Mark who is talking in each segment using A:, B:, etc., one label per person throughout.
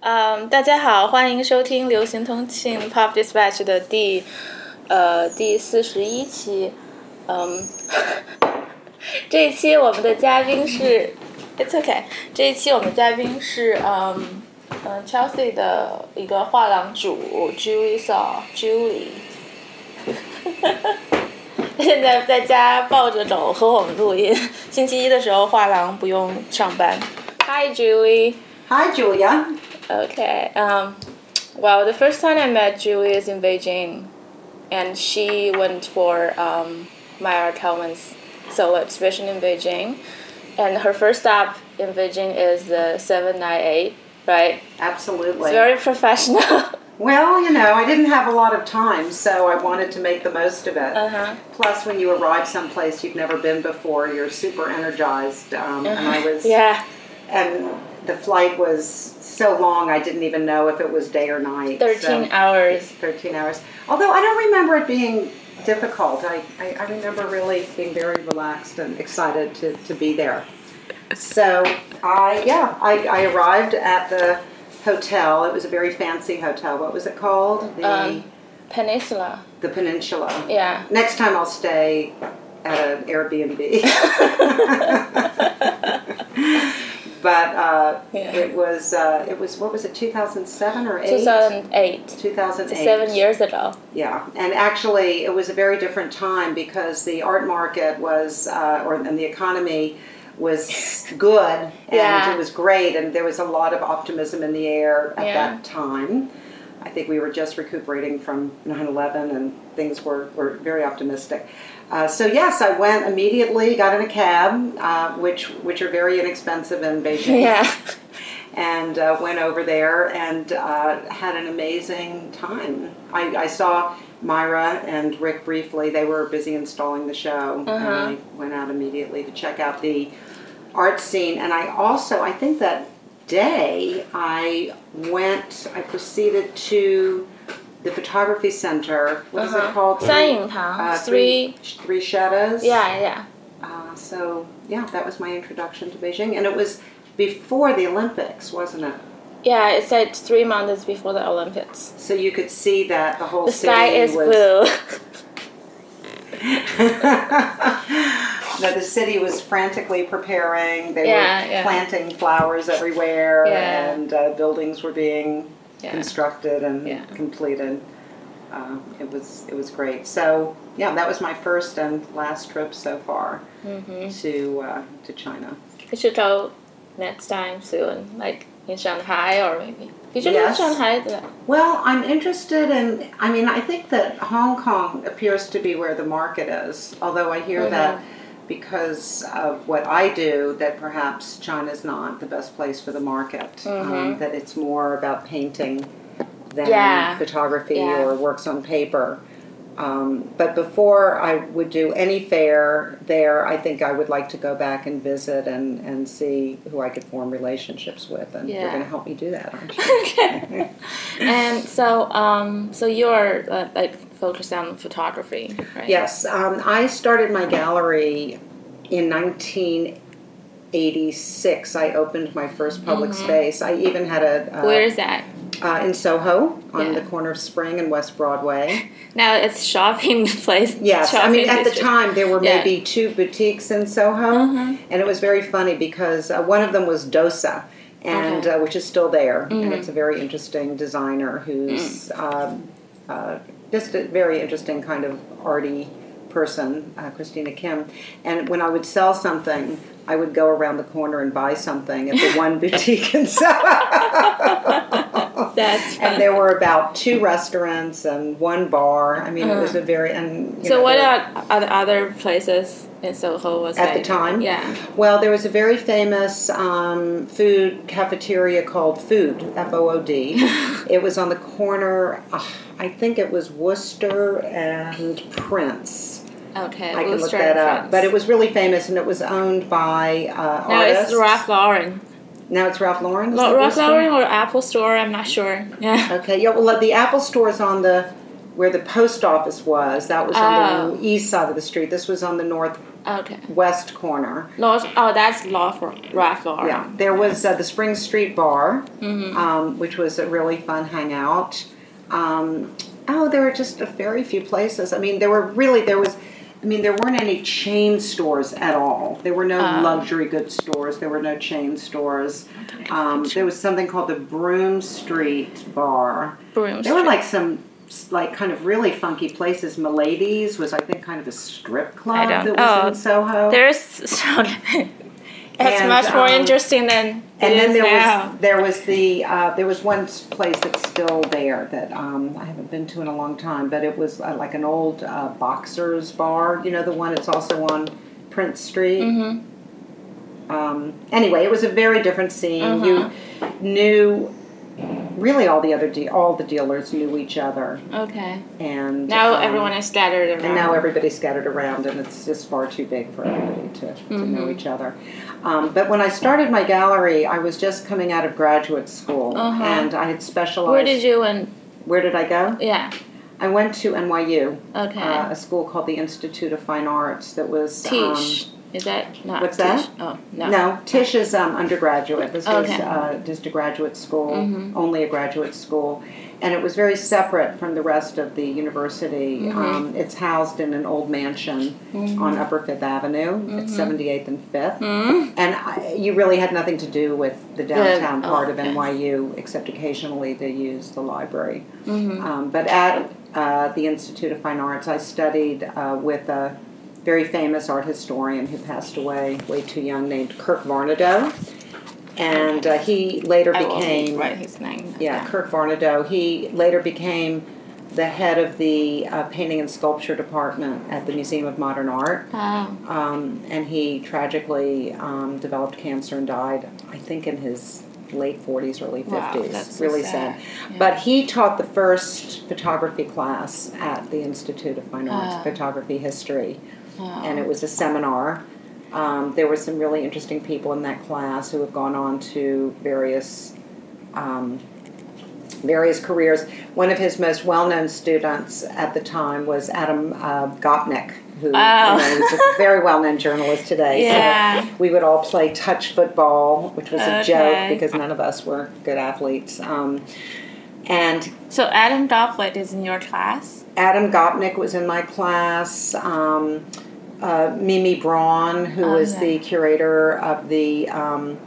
A: 嗯，大家好，欢迎收听《流行通信 Pop Dispatch》的第呃第四十一期。嗯， 这一期我们的嘉宾是，It's okay。这一期我们嘉宾是嗯嗯 Chelsea 的一个画廊主 Julie Saw Julie。现在在家抱着狗和我们录音。星期一的时候，画廊不用上班。Hi, Julie.
B: Hi, Julia.
A: Okay. Um, well, the first time I met Julie is in Beijing, and she went for um, Meyer Kalman's solo exhibition in Beijing, and her first stop in Beijing is the seven nine eight. Right. It's
B: Absolutely.
A: very professional.
B: Well, you know, I didn't have a lot of time, so I wanted to make the most of it.
A: Uh-huh.
B: Plus, when you arrive someplace you've never been before, you're super energized. Um, And I was,
A: Uh-huh. yeah.
B: and the flight was so long, I didn't even know if it was day or night.
A: Thirteen
B: so-
A: hours.
B: 13 hours. Although I don't remember it being difficult. I, I, I remember really being very relaxed and excited to, to be there. So I, yeah, I, I arrived at the hotel. It was a very fancy hotel. What was it called? The,
A: Um, Peninsula.
B: the Peninsula.
A: Yeah.
B: Next time I'll stay at an Airbnb. but uh,
A: Yeah.
B: it was uh, it was what was it 2007 or 8?
A: 2008.
B: 2008.
A: Seven years ago.
B: Yeah, and actually, it was a very different time because the art market was, uh, or and the economy was good, and
A: Yeah.
B: it was great, and there was a lot of optimism in the air at
A: Yeah.
B: that time. I think we were just recuperating from 9/11, and things were were very optimistic. Uh, so yes, I went immediately, got in a cab, uh, which which are very inexpensive in Beijing
A: Yeah.
B: and uh, went over there and uh, had an amazing time. I, I saw Myra and Rick briefly. They were busy installing the show, and I went out immediately to check out the art scene. And I also, I think that day, I went, I proceeded to the photography center. What is it called?
A: 三影堂,
B: Uh, three, three shadows.
A: Yeah, yeah.
B: Uh, so yeah, that was my introduction to Beijing, and it was before the Olympics, wasn't it?
A: Yeah, it's like three months before the Olympics.
B: So you could see that the whole
A: The
B: city
A: sky is
B: was
A: blue.
B: that the city was frantically preparing. They
A: Yeah,
B: were
A: yeah.
B: planting flowers everywhere,
A: Yeah.
B: and uh, buildings were being
A: yeah.
B: constructed and
A: Yeah.
B: completed. Uh, it was it was great. So yeah, that was my first and last trip so far
A: Mm-hmm.
B: to uh, to China.
A: We should go next time soon, like in Shanghai or maybe. We should go
B: Yes.
A: to Shanghai. the-
B: Well, I'm interested in. I mean, I think that Hong Kong appears to be where the market is. Although I hear that
A: Mm-hmm.
B: because of what I do, that perhaps China's not the best place for the market. Um, that it's more about painting than
A: Mm-hmm. Yeah.
B: photography
A: Yeah.
B: or works on paper. Um, but before I would do any fair there, I think I would like to go back and visit and, and see who I could form relationships with. And you're
A: Yeah.
B: going to help me do that, aren't you?
A: And so, um, so you're uh, like focused on photography, right?
B: Yes, um, I started my gallery in 1986. I opened my first public space. I even had a uh,
A: Mm-hmm. Where is that?
B: uh, in Soho on
A: Yeah.
B: the corner of Spring and West Broadway.
A: Now it's shopping place.
B: Yes, I mean
A: shopping
B: at the
A: district.
B: time there were
A: Yeah. Mm-hmm.
B: maybe two boutiques in Soho, and it was very funny because uh, one of them was Dosa. And
A: Okay. Mm.
B: uh, which is still there, and it's a very interesting designer who's um, uh, just a very interesting kind of arty person, uh, Christina Kim. And when I would sell something, I would go around the corner and buy something at the one boutique in Soho.
A: That's
B: and
A: fun.
B: there were about two restaurants and one bar. I mean, it was a very and you
A: Uh-huh. So
B: know,
A: what
B: there-
A: are, are the other places in Soho was
B: at the
A: like-
B: time.
A: Yeah.
B: Well, there was a very famous um, food cafeteria called Food, F O O D. it was on the corner, uh, I think it was Worcester and Prince.
A: Okay.
B: I can look
A: Worcester
B: that
A: and
B: up.
A: France.
B: But it was really famous and it was owned by uh,
A: now
B: artists.
A: it's Ralph Lauren.
B: Now it's Ralph Lauren. is
A: Well,
B: that
A: Ralph
B: Worcester?
A: Lauren or Apple Store? I'm not sure. Yeah.
B: Okay, yeah, well, the Apple store is on
A: Oh.
B: the where the post office was. That was on the east side of the street. This was on the north
A: Okay.
B: west corner.
A: Law, oh, that's law for Ralph Lauren.
B: Yeah, there was uh, the Spring Street Bar,
A: Mm-hmm.
B: um, which was a really fun hangout. Um, oh, there were just a very few places. I mean, there were really there was. I mean, there weren't any chain stores at all. There were no
A: Oh.
B: luxury goods stores. There were no chain stores. Um, there was something called the Broom Street Bar.
A: Broom
B: There were
A: Street.
B: like some like kind of really funky places. Milady's was, I think, kind of a strip club
A: I don't-
B: that was
A: oh,
B: in Soho.
A: There's okay. That's
B: And,
A: much more
B: um,
A: interesting than
B: And
A: it
B: then
A: is
B: there
A: now.
B: was there was the uh, there was one s- place that's still there that um, I haven't been to in a long time, but it was uh, like an old uh, boxers bar. You know the one that's also on Prince Street.
A: Mm-hmm.
B: Um, anyway, it was a very different scene.
A: Mm-hmm.
B: You knew really all the other de- all the dealers knew each other,
A: okay.
B: and
A: Now
B: um,
A: everyone is scattered around.
B: and now everybody's scattered around, and it's just far too big for everybody to, to
A: Mm-hmm.
B: know each other. Um, but when I started my gallery, I was just coming out of graduate school,
A: Uh-huh.
B: and I had specialized.
A: Where did you and
B: Where did I go?
A: yeah?
B: I went to NYU,
A: Okay.
B: uh, a school called the Institute of Fine Arts that was um,
A: Tish. is that not
B: what's that?
A: Tish? Oh no.
B: No, Tish is um, undergraduate. This was
A: Okay. Mm-hmm.
B: uh, just a graduate school, only a graduate school, and it was very separate from the rest of the university.
A: Mm-hmm.
B: Um, it's housed in an old mansion on Upper Fifth Avenue at
A: Mm-hmm.
B: 78th and 5th and I, you really had nothing to do with the downtown
A: oh,
B: part of
A: okay.
B: NYU, except occasionally they use the library. Um, but at uh, the Institute of Fine Arts, I studied uh, with a very famous art historian who passed away way too young, named Kirk Varnadoe, and uh, he later
A: I will
B: became
A: write his name.
B: yeah, Kirk Varnadoe. He later became the head of the uh, painting and sculpture department at the Museum of Modern Art.
A: Oh.
B: Um, and he tragically um, developed cancer and died, I think, in his late 40s, early 50s.
A: Wow, that's so
B: really
A: sad. Yeah.
B: But he taught the first photography class at the Institute of Fine Arts,
A: Ah.
B: Photography History. And it was a seminar. Um, there were some really interesting people in that class who have gone on to various um, various careers. One of his most well-known students at the time was Adam uh, Gopnik, who
A: Oh.
B: you know, is a very well-known journalist today.
A: Yeah.
B: So we would all play touch football, which was a joke
A: Okay.
B: because none of us were good athletes. Um, and
A: So Adam Dofflet is in your class.
B: Adam Gopnik was in my class. Um, uh, Mimi Braun, who
A: Oh,
B: is
A: yeah.
B: the curator of the um,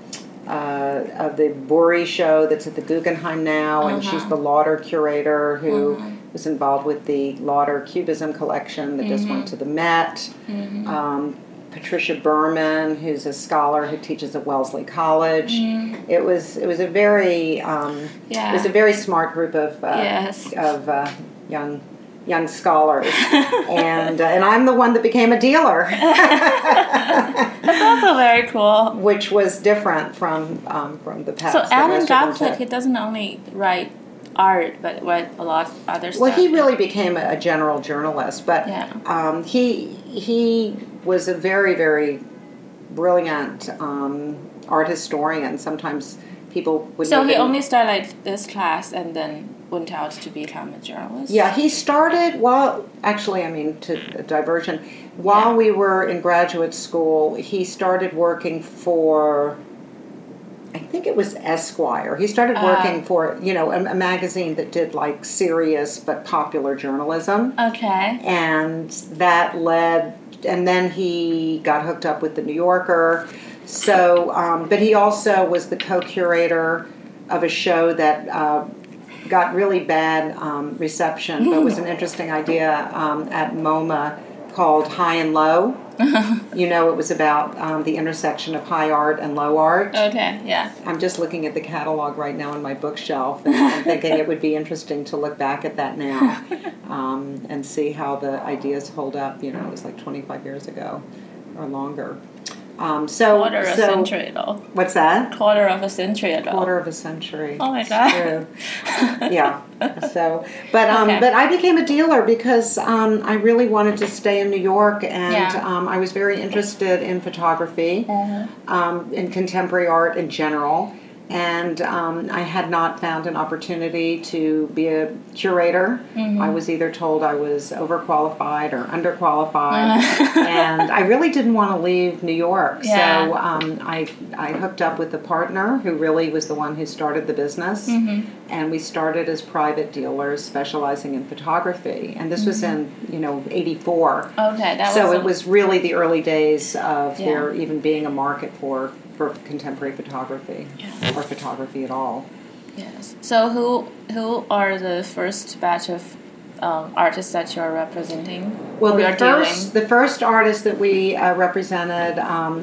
B: uh, of the Bori show that's at the Guggenheim now, and
A: Uh-huh.
B: she's the Lauder curator who was involved with the Lauder Cubism collection that just
A: Mm-hmm.
B: went to the Met. Um, Patricia Berman, who's a scholar who teaches at Wellesley College. It was it was a very um, it was
A: Mm-hmm. Yeah.
B: a very smart group of uh,
A: Yes.
B: of uh, young young scholars, and uh, and I'm the one that became a dealer,
A: That's also very cool.
B: which was different from um, from the past.
A: So
B: the
A: Adam
B: rest of them
A: Dofflet, he
B: took.
A: doesn't only write art, but write a lot of other stuff.
B: Well, he really became a, a general journalist, but
A: Yeah.
B: um, he he was a very very brilliant um, art historian. Sometimes people would
A: So
B: make
A: he
B: him-
A: only started this class and then went out to become a journalist.
B: Yeah, he started while actually, I mean, to a diversion. While
A: Yeah.
B: we were in graduate school, he started working for. I think it was Esquire. He started working for you know a, a magazine that did like serious but popular journalism,
A: Okay.
B: and that led. And then he got hooked up with the New Yorker. So, um, but he also was the co-curator of a show that uh, got really bad um, reception, but was an interesting idea um, at MoMA called High and Low. you know, it was about um, the intersection of high art and low art.
A: Okay. Yeah.
B: I'm just looking at the catalog right now on my bookshelf, and I'm thinking it would be interesting to look back at that now um, and see how the ideas hold up. You know, it was like 25 years ago or longer. Um, so,
A: Quarter of a
B: so-
A: century ago.
B: What's that?
A: Quarter of a century ago.
B: Quarter of a century.
A: Oh my
B: It's
A: God.
B: true. yeah. So, but um,
A: Okay.
B: but I became a dealer because um, I really wanted to stay in New York, and
A: Yeah. Mm-hmm.
B: um, I was very interested in photography, um, in contemporary art in general. and um, I had not found an opportunity to be a curator.
A: Mm-hmm.
B: I was either told I was overqualified or underqualified, and I really didn't want to leave New York.
A: Yeah.
B: So um, I I hooked up with a partner who really was the one who started the business,
A: Mm-hmm.
B: and we started as private dealers specializing in photography, and this was in you know '84.
A: Okay, Mm-hmm. that
B: So
A: was
B: it was really the early days of
A: Yeah.
B: there even being a market for, for contemporary photography or photography at all.
A: Yes. So who who are the first batch of um, artists that you're representing?
B: Well,
A: we
B: the
A: are
B: first,
A: dealing.
B: the first artist that we uh, represented, um,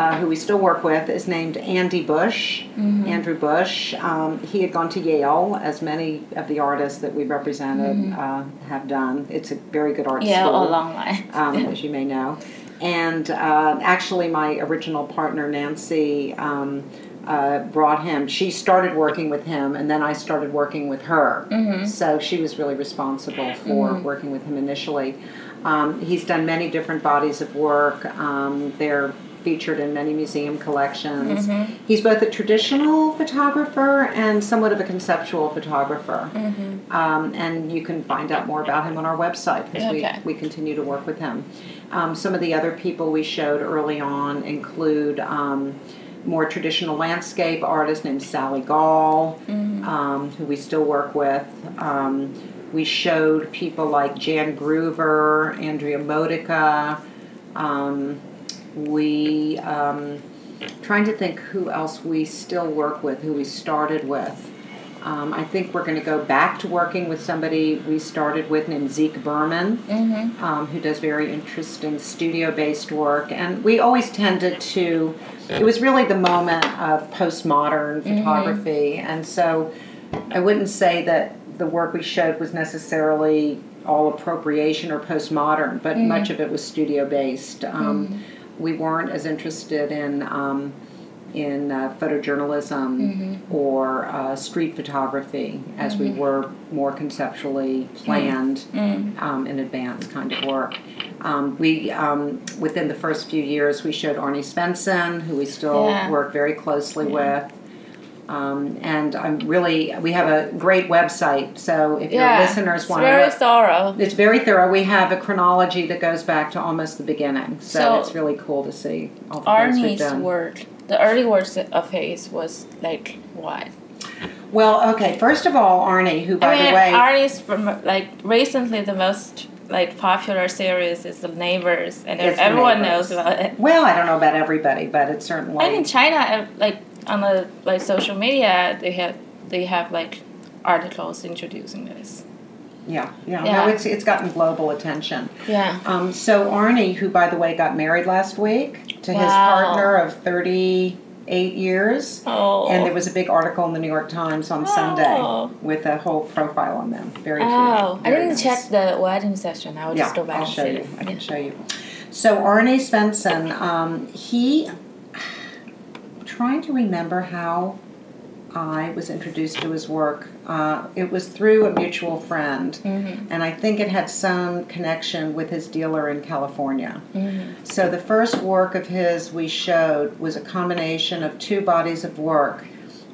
B: uh, who we still work with, is named Andy Bush,
A: Mm-hmm.
B: Andrew Bush. Um, he had gone to Yale, as many of the artists that we represented uh, have done. It's a very good art
A: Mm-hmm. Yeah,
B: school.
A: all long line.
B: um, as you may know. And uh, actually, my original partner, Nancy, um, uh, brought him. She started working with him, and then I started working with her. So she was really responsible for working with him initially. Um, he's done many different bodies of work. Um, they're featured in many museum collections. He's both a traditional photographer and somewhat of a conceptual photographer. Um, and you can find out more about him on our website because
A: Okay.
B: we, we continue to work with him. Um, some of the other people we showed early on include um, more traditional landscape artist named Sally Gall, um, who we still work with. Um, we showed people like Jan Groover, Andrea Modica. Um, we um, trying to think who else we still work with, who we started with. Um, I think we're going to go back to working with somebody we started with named Zeke Berman, um, who does very interesting studio based work. And we always tended to, it was really the moment of postmodern photography. And so I wouldn't say that the work we showed was necessarily all appropriation or postmodern, but much of it was studio based. Um, We weren't as interested in. Um, in uh, photojournalism
A: Mm-hmm.
B: or uh, street photography as we were more conceptually planned
A: Mm-hmm.
B: um, in advance kind of work. Um, we, um, within the first few years, we showed Arnie Svensson, who we still
A: Yeah.
B: work very closely with. Um, and I'm really, we have a great website. So if
A: yeah.
B: your listeners
A: it's
B: want
A: very
B: to,
A: thorough.
B: it's very thorough. We have a chronology that goes back to almost the beginning. So,
A: So,
B: it's really cool to see all the things we've
A: Arnie's
B: done.
A: word, the early words of his was like what?
B: Well, okay. First of all, Arnie, who by
A: I mean,
B: the way,
A: Arnie's from like recently the most like popular series is The Neighbors, and
B: It's The
A: everyone
B: Neighbors.
A: knows about it.
B: well, I don't know about everybody, but it's certainly
A: And in China, uh, like on the like social media, they have they have like articles introducing this.
B: yeah, yeah,
A: Yeah.
B: No, it's it's gotten global attention.
A: Yeah.
B: Um, so Arnie, who by the way got married last week to his
A: Wow.
B: partner of thirty-eight years,
A: Oh.
B: and there was a big article in the New York Times on
A: Wow.
B: Sunday with a whole profile on them. Very cute.
A: Oh, I
B: Very
A: didn't
B: nice.
A: check the wedding session. I will
B: Yeah,
A: just go back
B: I'll
A: and
B: show
A: see.
B: you. I
A: Yeah.
B: can show you. So Arne Svensson, um, he trying to remember how I was introduced to his work. Uh, it was through a mutual friend,
A: Mm-hmm.
B: and I think it had some connection with his dealer in California.
A: Mm-hmm.
B: So the first work of his we showed was a combination of two bodies of work.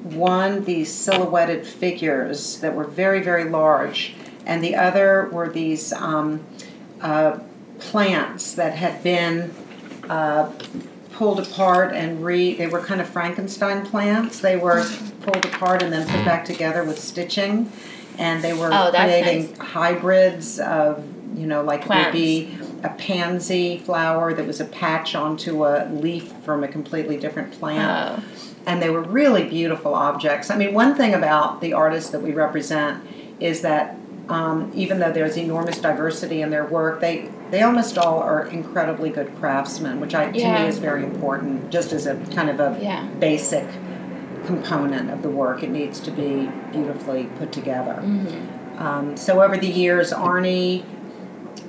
B: One, these silhouetted figures that were very, very large, and the other were these um, uh, plants that had been uh, pulled apart and re they were kind of Frankenstein plants. They were pulled apart and then put back together with stitching, and they were
A: Oh, that's
B: creating hybrids of you know like
A: Plants.
B: it would be a pansy flower that was a patch onto a leaf from a completely different plant
A: Oh.
B: and they were really beautiful objects. I mean, one thing about the artists that we represent is that um, even though there's enormous diversity in their work, they they almost all are incredibly good craftsmen, which I to
A: Yeah.
B: me is very important. Just as a kind of a
A: Yeah.
B: basic component of the work, it needs to be beautifully put together.
A: Mm-hmm.
B: Um, so over the years, Arnie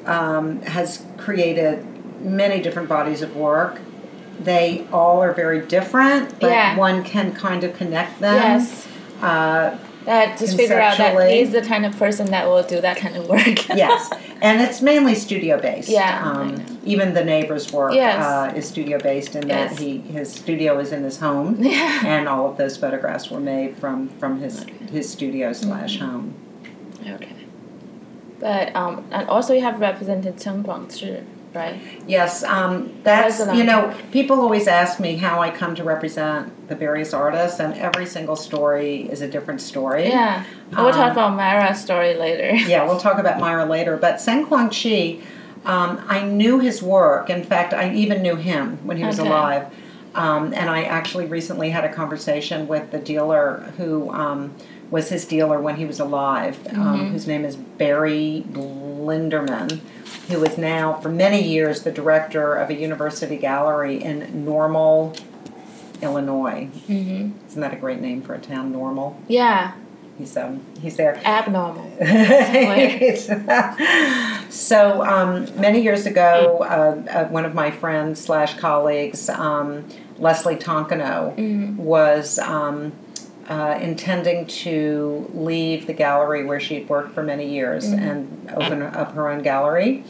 B: um, has created many different bodies of work. They all are very different, but
A: Yeah.
B: one can kind of connect them.
A: Yes.
B: Uh,
A: That just figure out that
B: Conceptually.
A: he's the kind of person that will do that kind of work.
B: yes, and it's mainly studio based.
A: Yeah, I know.
B: um, even the neighbor's work
A: Yes.
B: uh, is studio based in that
A: Yes.
B: he his studio is in his home, and all of those photographs were made from from his
A: Oh
B: his studio
A: Mm-hmm.
B: slash home.
A: okay. But um, and also you have represented Cheng Guangzhi, right?
B: Yes, um, that's
A: Resonant.
B: you know people always ask me how I come to represent the various artists, and every single story is a different story.
A: Yeah. we'll talk
B: Um,
A: about Mara's story later.
B: yeah, we'll talk about Myra later. But Sen Kwang Chi, um, I knew his work. In fact, I even knew him when he was
A: Okay.
B: alive. Um, and I actually recently had a conversation with the dealer who um, was his dealer when he was alive, um, whose name is Barry Blinderman, who is now, for many years, the director of a university gallery in Normal, Illinois.
A: hmm
B: Isn't that a great name for a town, Normal?
A: Yeah.
B: He's, um, he's there.
A: Abnormal.
B: so um, many years ago, uh, uh, one of my friends slash colleagues, um, Leslie Tonkino, was um, uh, intending to leave the gallery where she had worked for many years and open up her own gallery.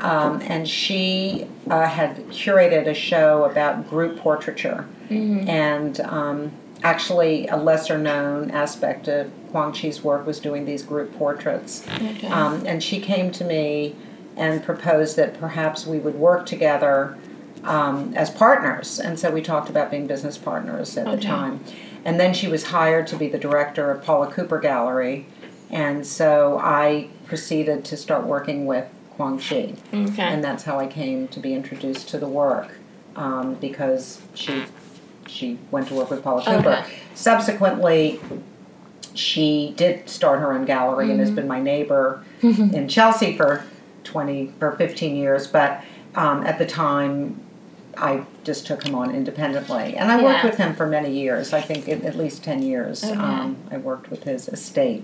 B: Um, and she uh, had curated a show about group portraiture and um, actually a lesser known aspect of Quang Chi's work was doing these group portraits.
A: Okay.
B: Um, and she came to me and proposed that perhaps we would work together um, as partners. And so we talked about being business partners at the
A: Okay.
B: time. And then she was hired to be the director of Paula Cooper Gallery. And so I proceeded to start working with Quang Chi.
A: okay.
B: And that's how I came to be introduced to the work um, because she she went to work with Paula Cooper.
A: Oh, Okay.
B: Subsequently, she did start her own gallery and
A: Mm-hmm.
B: has been my neighbor in Chelsea for twenty for fifteen years. But um, at the time, I just took him on independently, and I worked
A: Yeah.
B: with him for many years. I think at, at least ten years.
A: Okay.
B: Um, I worked with his estate.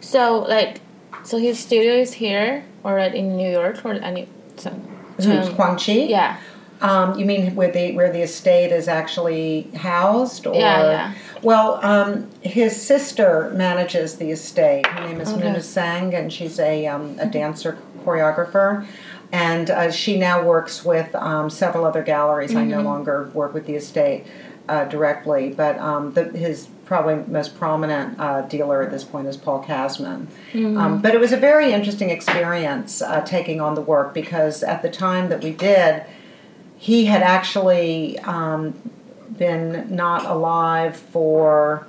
A: So like, so his studio is here or like, in New York or any. So,
B: Who's
A: um,
B: Quang Chi?
A: yeah.
B: Um, you mean where the where the estate is actually housed, or
A: Yeah, yeah.
B: well, um, his sister manages the estate. Her name is
A: Okay.
B: Muna Sang, and she's a um, a dancer choreographer, and uh, she now works with um, several other galleries. I no longer work with the estate uh, directly, but um, the, his probably most prominent uh, dealer at this point is Paul Kasman. Um, but it was a very interesting experience uh, taking on the work because at the time that we did he had actually um, been not alive for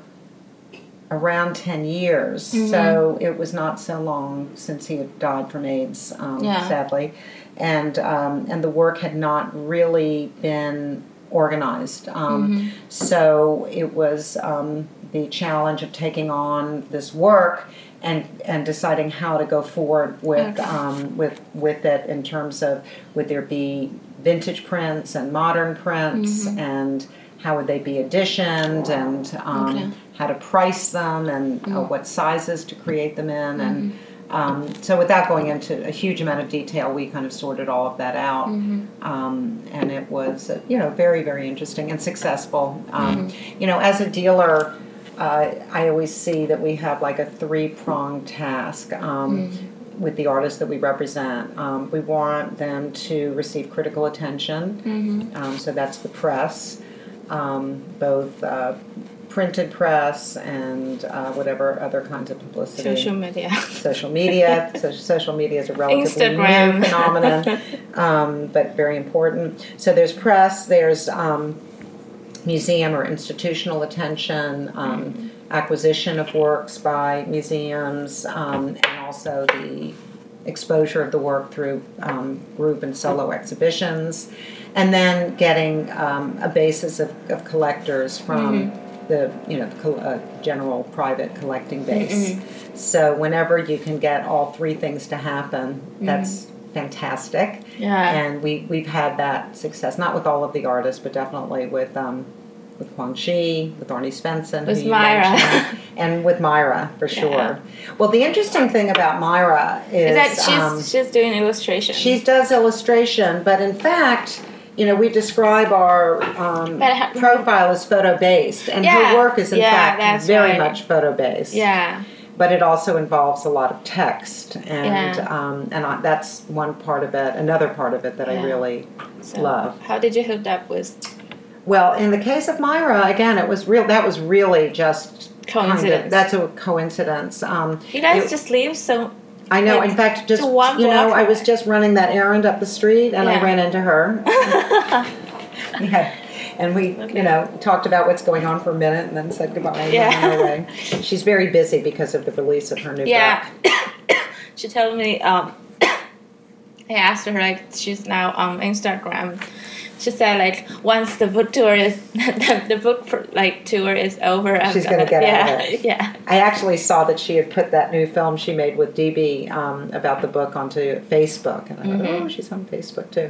B: around 10 years so it was not so long since he had died from aids um,
A: Yeah.
B: sadly and um, and the work had not really been organized um, so it was um, the challenge of taking on this work and and deciding how to go forward with
A: Okay.
B: um, with with it in terms of would there be vintage prints and modern prints and how would they be additioned and um,
A: Okay.
B: how to price them and uh, what sizes to create them in and um, so without going into a huge amount of detail we kind of sorted all of that out um, and it was uh, you know very very interesting and successful um, you know as a dealer uh, i always see that we have like a three pronged task um, with the artists that we represent um, we want them to receive critical attention um, so that's the press um, both uh, printed press and uh, whatever other kinds of publicity
A: Social media.
B: social media. so, social media is a relatively
A: Instagram.
B: new phenomenon, um, but very important. So there's press, there's um, museum or institutional attention, um, acquisition of works by museums, um, and also the exposure of the work through um, group and solo exhibitions, and then getting um, a basis of, of collectors from the you know the col- uh, general private collecting base. So whenever you can get all three things to happen, that's fantastic.
A: Yeah.
B: And we we've had that success, not with all of the artists, but definitely with. Um, with Kwang Shi, with Arnie Svensson,
A: With
B: who you
A: Myra.
B: mentioned, and with Myra for sure. Well, the interesting thing about Myra is,
A: Is that she's
B: um,
A: she's doing illustration?
B: she does illustration, but in fact, you know, we describe our um,
A: But ha-
B: profile as photo based, and
A: Yeah,
B: her work is in
A: yeah,
B: fact
A: that's
B: very
A: right.
B: much photo based.
A: Yeah.
B: But it also involves a lot of text, and
A: Yeah.
B: um, and I, that's one part of it. Another part of it that I
A: Yeah.
B: really
A: So
B: love.
A: How did you hook up with
B: Well, in the case of Myra, again, it was real. That was really just kind of-
A: Coincidence.
B: that's a coincidence. Um,
A: you guys?
B: it-
A: just leave so
B: I know. In
A: Like,
B: fact, just
A: to one
B: you know,
A: block.
B: I was just running that errand up the street, and I
A: Yeah.
B: ran into her. yeah, and we, you know, talked about what's going on for a minute, and then said goodbye and
A: Yeah.
B: went on our way. She's very busy because of the release of her new
A: yeah.
B: book.
A: she told me. Um, I asked her like she's now on Instagram. She said like once the book tour is the, the book like tour is over, I'm
B: She's gonna get
A: yeah,
B: out of it.
A: Yeah.
B: I actually saw that she had put that new film she made with DB um, about the book onto Facebook, and I thought,
A: Mm-hmm.
B: oh, she's on Facebook too.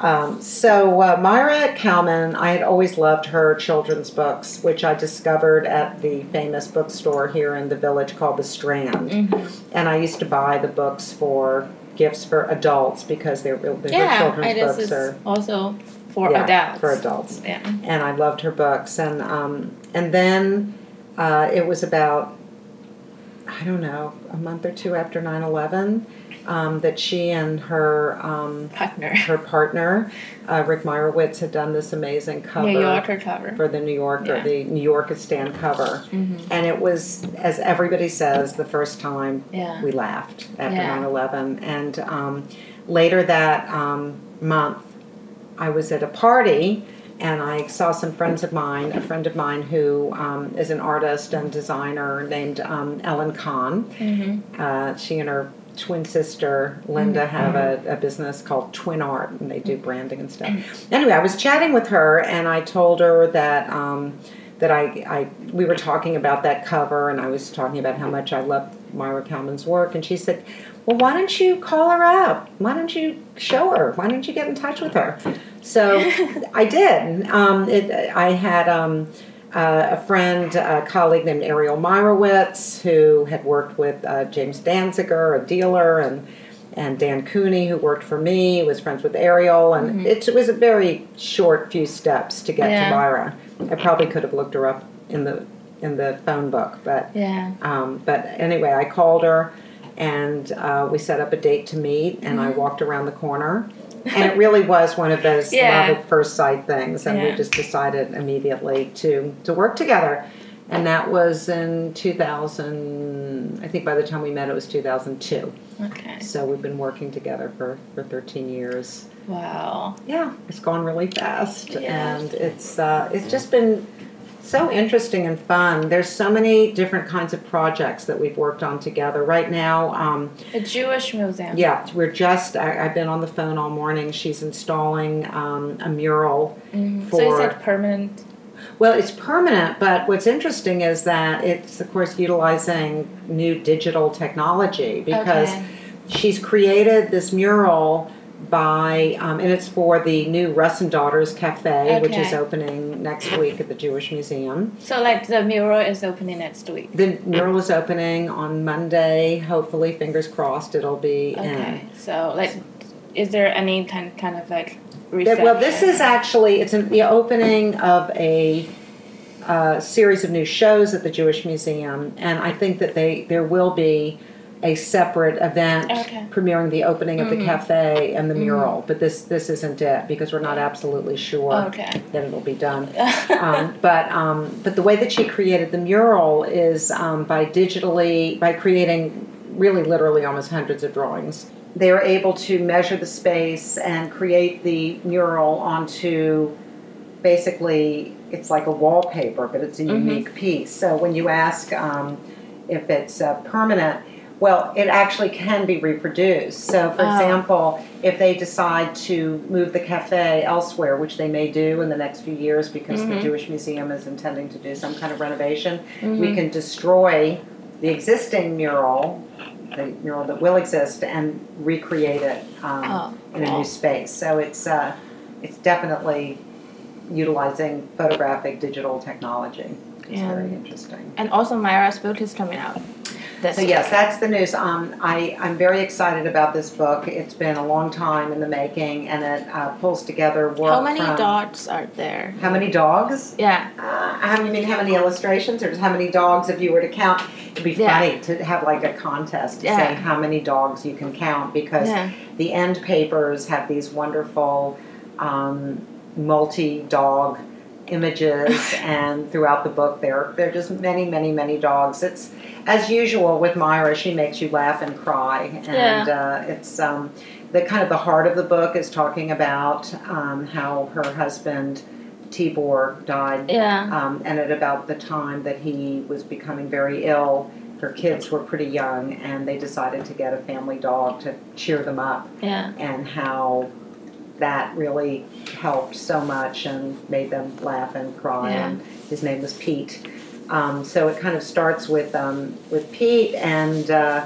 B: um, so uh, Myra Kalman, I had always loved her children's books, which I discovered at the famous bookstore here in the village called the Strand,
A: Mm-hmm.
B: and I used to buy the books for gifts for adults because they're real. Their
A: Yeah,
B: children's
A: I guess
B: books
A: it's
B: are
A: also for
B: yeah,
A: adults.
B: for adults
A: Yeah.
B: and I loved her books. And um, and then uh, it was about I don't know a month or two after 9-11 um, that she and her um,
A: Partner.
B: her partner uh, Rick Meyerowitz had done this amazing cover
A: New Yorker cover.
B: for the New Yorker,
A: Yeah. Mm-hmm.
B: the New Yorkistan cover, and it was as everybody says the first time
A: Yeah.
B: we laughed after
A: Yeah.
B: 9/11. And um, later that um, month, I was at a party and I saw some friends of mine, a friend of mine who um, is an artist and designer named um, Ellen Kahn. Uh, she and her twin sister Linda have a, a business called Twin Art and they do branding and stuff. Anyway, I was chatting with her and I told her that. Um, that I, I we were talking about that cover and I was talking about how much I loved Myra Kalman's work and she said, Well why don't you call her up? Why don't you show her? Why don't you get in touch with her? So I did. Um, it, I had um, uh, a friend, a colleague named Ariel Myrowitz who had worked with uh, James Danziger, a dealer and and Dan Cooney, who worked for me, was friends with Ariel, and it was a very short few steps to get
A: Yeah.
B: to Myra. I probably could have looked her up in the in the phone book, but
A: yeah.
B: um, but anyway, I called her, and uh, we set up a date to meet, and
A: Mm-hmm.
B: I walked around the corner, and it really was one of those
A: Yeah.
B: love at first sight things, and we
A: Yeah.
B: just decided immediately to to work together. And that was in 2000. I think by the time we met, it was 2002.
A: Okay.
B: So we've been working together for, for 13 years.
A: Wow.
B: Yeah, it's gone really fast,
A: Yeah.
B: and it's uh, it's just been so interesting and fun. There's so many different kinds of projects that we've worked on together. Right now, um,
A: A Jewish museum.
B: yeah, we're just. I, I've been on the phone all morning. She's installing um, a mural for.
A: Mm-hmm. So is it permanent?
B: Well, it's permanent, but what's interesting is that it's, of course, utilizing new digital technology because
A: Okay.
B: she's created this mural by, um, and it's for the new Russ and Daughters Cafe, which is
A: Okay.
B: opening next week at the Jewish Museum.
A: So like the mural is opening next week.
B: The mural is opening on Monday. Hopefully, fingers crossed, it'll be in.
A: Okay. So like, is there any kind kind of like
B: That-
A: reception?
B: well, this is actually it's an, the opening of a uh, series of new shows at the Jewish Museum, and I think that they there will be a separate event
A: Okay. Mm-hmm.
B: premiering the opening of the cafe and the mural. But this this isn't it because we're not absolutely sure
A: Okay.
B: that it'll be done. um, but um, but the way that she created the mural is um, by digitally by creating really literally almost hundreds of drawings. They were able to measure the space and create the mural onto basically it's like a wallpaper, but it's a
A: Mm-hmm.
B: unique piece. So when you ask um, if it's uh, permanent. Well, it actually can be reproduced. So, for
A: Oh.
B: example, if they decide to move the cafe elsewhere, which they may do in the next few years because
A: Mm-hmm.
B: the Jewish Museum is intending to do some kind of renovation,
A: Mm-hmm.
B: we can destroy the existing mural, the mural that will exist, and recreate it um,
A: Oh,
B: in a
A: cool.
B: new space. So, it's uh, it's definitely utilizing photographic digital technology. It's very
A: And-
B: interesting.
A: And also Myra's book is coming out. This
B: so yes, that's the news. Um, I I'm very excited about this book. It's been a long time in the making, and it uh, pulls together work.
A: How many
B: from-
A: dots are there?
B: How many dogs?
A: Yeah.
B: Uh, how you mean how many illustrations, or just how many dogs? If you were to count, it'd be
A: Yeah.
B: funny to have like a contest
A: Yeah.
B: saying how many dogs you can count because
A: Yeah.
B: the end papers have these wonderful um, multi-dog images, and throughout the book, there there are just many, many, many dogs. It's as usual with Myra; she makes you laugh and cry, and uh, it's. Um, the kind of the heart of the book is talking about um, how her husband Tibor died
A: Yeah.
B: um, and at about the time that he was becoming very ill, her kids were pretty young, and they decided to get a family dog to cheer them up,
A: Yeah.
B: and how that really helped so much and made them laugh and cry.
A: Yeah.
B: And his name was Pete. Um, so it kind of starts with um, with Pete, and uh,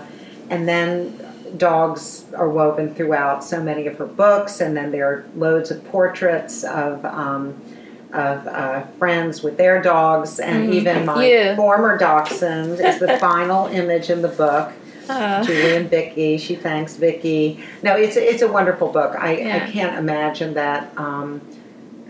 B: and then dogs are woven throughout so many of her books, and then there are loads of portraits of. Um, of uh, friends with their dogs, and
A: Mm-hmm.
B: even my
A: Yeah.
B: former dachshund is the final image in the book.
A: Uh,
B: Julie and Vicky. She thanks Vicky. No, it's a, it's a wonderful book. I,
A: Yeah.
B: I can't imagine that um,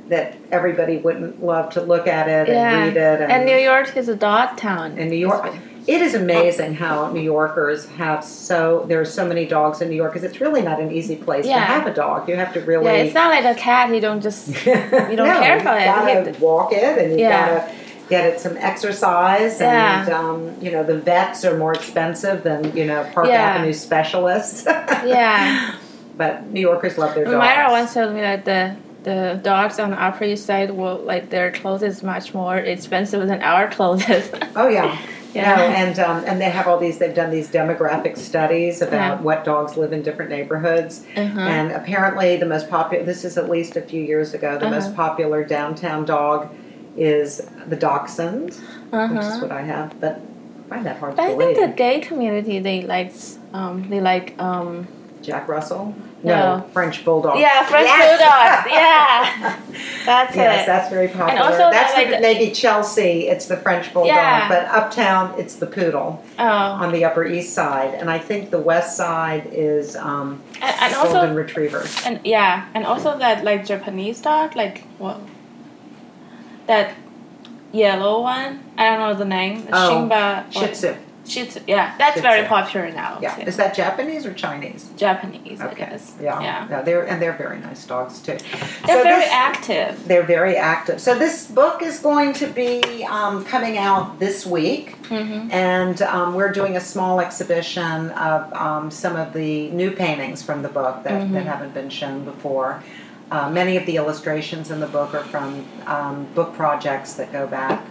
B: that everybody wouldn't love to look at it
A: yeah.
B: and read it. And,
A: And New York is a dot town.
B: and New York, it is amazing how New Yorkers have so there are so many dogs in New York because it's really not an easy place
A: Yeah.
B: to have a dog. You have to really.
A: Yeah, it's not like a cat. You don't just
B: you
A: don't care about it. You
B: Gotta walk it, and you
A: Yeah.
B: gotta get it some exercise. And
A: Yeah.
B: um, you know, the vets are more expensive than you know Park
A: Yeah.
B: Avenue specialists.
A: yeah.
B: But New Yorkers love their dogs.
A: Myra once told me that the the dogs on the Upper East Side will like their clothes is much more expensive than our clothes.
B: Oh yeah.
A: Yeah.
B: No, and um, and they have all these. They've done these demographic studies about
A: Yeah.
B: what dogs live in different neighborhoods,
A: Uh-huh.
B: and apparently the most popular. This is at least a few years ago. The most
A: Uh-huh.
B: popular downtown dog is the Dachshund, which is what I have. But I find that hard
A: but Uh-huh.
B: to
A: I think
B: believe.
A: the gay community they like um they like um
B: Jack Russell.
A: No.
B: French Bulldog.
A: yeah French bulldogs yeah that's
B: Yes,
A: it
B: that's very popular.
A: also
B: that's
A: they're like-
B: the, maybe Chelsea. It's the French Bulldog,
A: Yeah.
B: but uptown it's the poodle.
A: oh
B: on the Upper East Side, and I think the West Side is um,
A: and, and
B: Golden
A: also
B: Retriever.
A: and yeah and also that like Japanese dog like what that yellow one I don't know the name
B: Oh,
A: Shimba
B: Shih Tzu.
A: Shih Tzu, yeah that's
B: Shih
A: very
B: Tzu.
A: popular now
B: Yeah,
A: too.
B: is that Japanese or Chinese?
A: Japanese I guess
B: Yeah.
A: yeah
B: No, they're and they're very nice dogs too.
A: they're
B: So
A: very
B: this-
A: active
B: They're very active. So this book is going to be um, coming out this week, and um, we're doing a small exhibition of um, some of the new paintings from the book that, that haven't been shown before. Uh, many of the illustrations in the book are from um, book projects that go back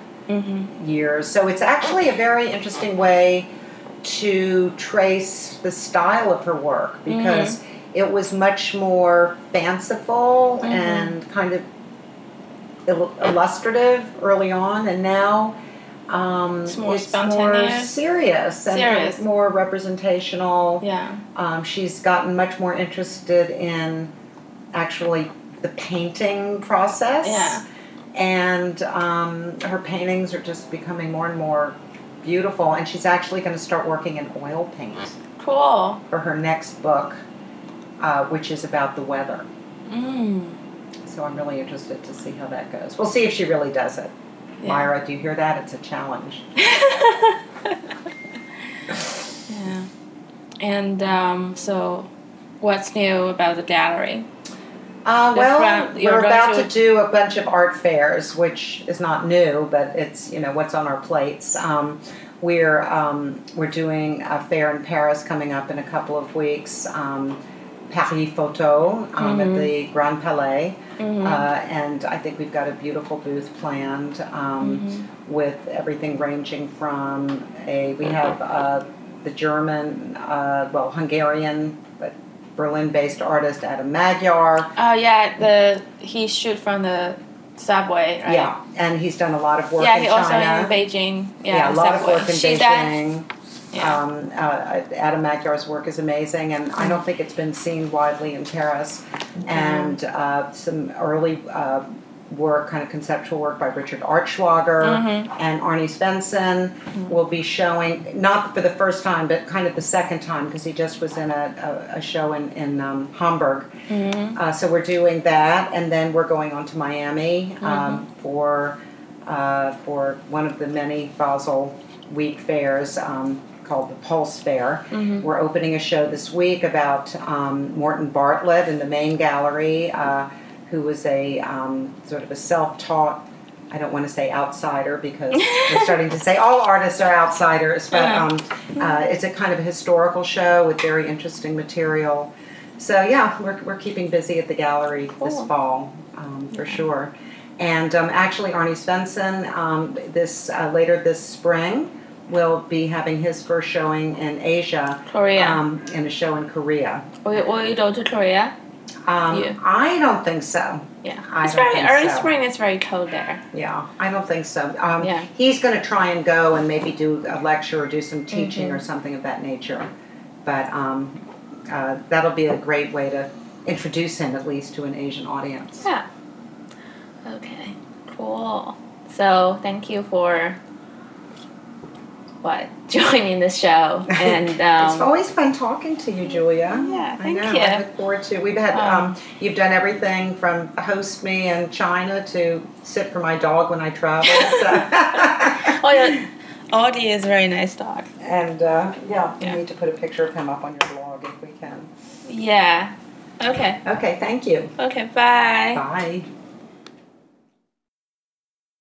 B: years. So it's actually a very interesting way to trace the style of her work because it was much more fanciful and kind of il- illustrative early on, and now um,
A: It's more
B: more
A: spontaneous.
B: serious and
A: Serious.
B: more representational.
A: yeah
B: Um, she's gotten much more interested in actually the painting process.
A: Yeah.
B: And um, her paintings are just becoming more and more beautiful. And she's actually going to start working in oil paint
A: cool
B: for her next book, uh, which is about the weather.
A: mm.
B: So I'm really interested to see how that goes. We'll see if she really does it.
A: Yeah.
B: Myra, do you hear that? It's a challenge.
A: Yeah. And um, so, what's new about the gallery?
B: Uh,
A: The
B: well,
A: front- you're
B: we're
A: going
B: about
A: to-
B: to do a bunch of art fairs, which is not new, but it's you know what's on our plates. Um, we're um, we're doing a fair in Paris coming up in a couple of weeks. Um, Paris Photo um,
A: Mm-hmm.
B: at the Grand Palais, uh, and I think we've got a beautiful booth planned um,
A: Mm-hmm.
B: with everything ranging from a we have uh, the German, uh, well Hungarian, but Berlin-based artist Adam Magyar.
A: Oh yeah, the he shoot from the subway, right?
B: Yeah, and he's done a lot of work
A: Yeah,
B: in
A: he also
B: China.
A: in Beijing. Yeah,
B: yeah, a lot of
A: subway.
B: work in
A: she Done,
B: Beijing.
A: yeah.
B: Um, uh, Adam Matyar's work is amazing, and I don't think
A: Mm-hmm.
B: it's been seen widely in Paris. And uh, some early uh, work, kind of conceptual work by Richard Archwager
A: Mm-hmm.
B: and Arnie Svensson. Will be showing not for the first time, but kind of the second time because he just was in a, a, a show in in um, Hamburg. Uh, so we're doing that, and then we're going on to Miami um, for uh, for one of the many Basel Week fairs. Um, Called the Pulse Fair. We're opening a show this week about um, Morton Bartlett in the main gallery, uh, who was a um, sort of a self-taught. I don't want to say outsider because we're starting to say all artists are outsiders, but um, uh, it's a kind of a historical show with very interesting material. So yeah, we're we're keeping busy at the gallery this fall um, for sure. And um, actually, Arnie Svensson um, this uh, later this spring will be having his first showing in Asia,
A: Korea.
B: um, in a show in Korea.
A: Will, will you go to Korea?
B: Um,
A: Yeah.
B: I don't think so.
A: Yeah.
B: I
A: it's
B: don't
A: very
B: think
A: early
B: so.
A: spring. It's very cold there.
B: Yeah, I don't think so. Um,
A: Yeah.
B: He's going to try and go and maybe do a lecture or do
A: Mm-hmm.
B: some teaching or something of that nature. But um, uh, that'll be a great way to introduce him, at least, to an Asian audience.
A: Yeah. Okay. Cool. So thank you for what joining the show and
B: it's
A: um,
B: always fun talking to you, Julia.
A: Yeah,
B: I
A: thank
B: know.
A: you.
B: I look forward to. We've had
A: Um,
B: um, you've done everything from host me in China to sit for my dog when I travel. So.
A: oh yeah, Audie is a very nice dog.
B: and uh, yeah,
A: Yeah.
B: you need to put a picture of him up on your blog if we can.
A: Yeah. Okay.
B: Okay, thank you.
A: Okay. Bye.
B: Bye.